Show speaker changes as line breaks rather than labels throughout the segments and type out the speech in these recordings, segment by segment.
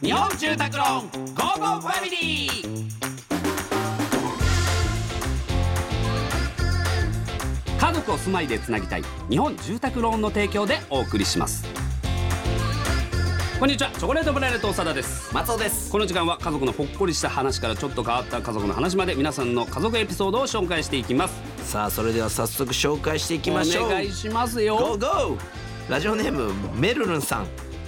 日本住宅ローンゴーゴーファミリー家族を住まいでつなぎたい日本住宅ローンの提供でお送りしますこんにちはチョコレートプラネット長田です
松尾です
この時間は家族のほっこりした話からちょっと変わった家族の話まで皆さんの家族エピソードを紹介していきます
さあそれでは早速紹介していき
お
ましょう
願いしますよ
GO!GO! ラジオネームメルルンさん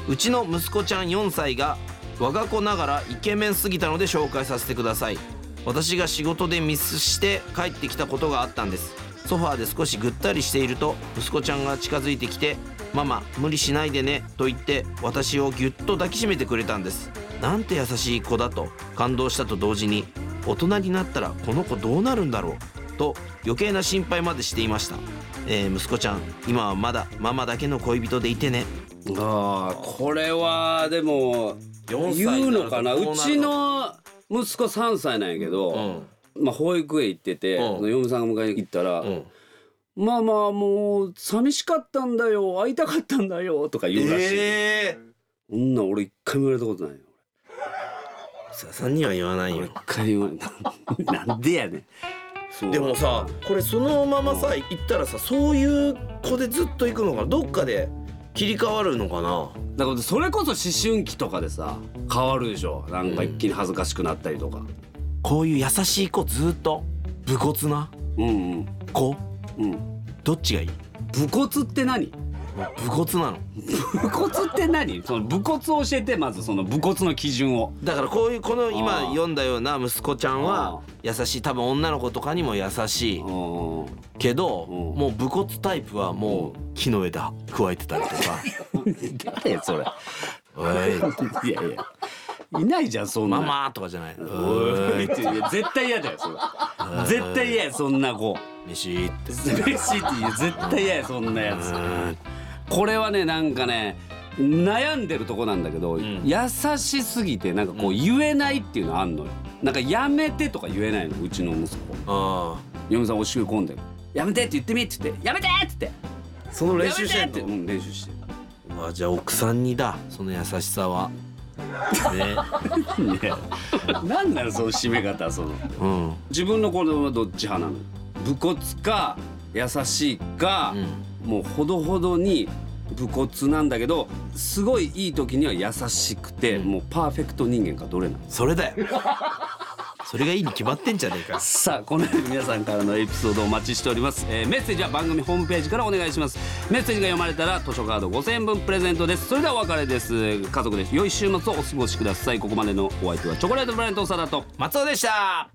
うちの息子ちゃん4歳が我が子ながらイケメンすぎたので紹介させてください私が仕事でミスして帰ってきたことがあったんですソファーで少しぐったりしていると息子ちゃんが近づいてきて「ママ無理しないでね」と言って私をぎゅっと抱きしめてくれたんですなんて優しい子だと感動したと同時に大人になったらこの子どうなるんだろうと余計な心配までしていました、えー息子ちゃん今はまだママだけの恋人でいてね
ああこれはでも
4歳
言うのかな
になると
うちの息子3歳なんやけど、まあ、保育園行ってて、
うん
その嫁さんが迎えに行ったら「
うん
まあまあもう寂しかったんだよ会いたかったんだよ」とか言うらしい、
え
そんなん俺一回も言われたことないよ
ー、さんには言わない
俺
よ
一回言われた なんでやねんそう
でもさこれそのままさ行ったらさそういう子でずっと行くのかなどっかで切り替わるのかな
だからそれこそ思春期とかでさ変わるでしょなんか一気に恥ずかしくなったりとか
こういう優しい子ずっと武骨な
うんうん
子
うん
どっちがいい
武骨って何
武骨なの
武骨って何その武骨を教えてまずその武骨の基準を
だからこういうこの今
あー
読んだような息子ちゃんは優しい多分女の子とかにも優しいけど
うん
もう武骨タイプはもう木の枝加えてたりとか
誰それ
「おい
いやいやいないじゃんそんな
マ
ん
マ」とかじゃない「お
おい
い
いや絶対嫌だよそれ絶対嫌やそんな子
飯」って
嬉しいって言う絶対嫌やそんなやつ
うん
これはねなんかね悩んでるとこなんだけど、
ん
優しすぎてなんかこう言えないっていうのあんのよなんかやめてとか言えないのうちの息子
ああ
嫁さんおし込んで「やめて」って言ってみって言って「やめて!」って言って
その
「やめてってうん練習してる
あじゃあ奥さんにだその優しさはね
ねえなんなのその締め方その
うんうん
自分の子供はどっち派なの武骨か優しいか、もうほどほどに武骨なんだけどすごいいい時には優しくて、もうパーフェクト人間かどれなの
それだよそれがいいに決まってんじゃねえか
さあこのように皆さんからのエピソードをお待ちしております、えーメッセージは番組ホームページからお願いしますメッセージが読まれたら図書カード5000円分プレゼントですそれではお別れです家族です良い週末をお過ごしくださいここまでのお相手はチョコレートプラネット長田と
松尾でした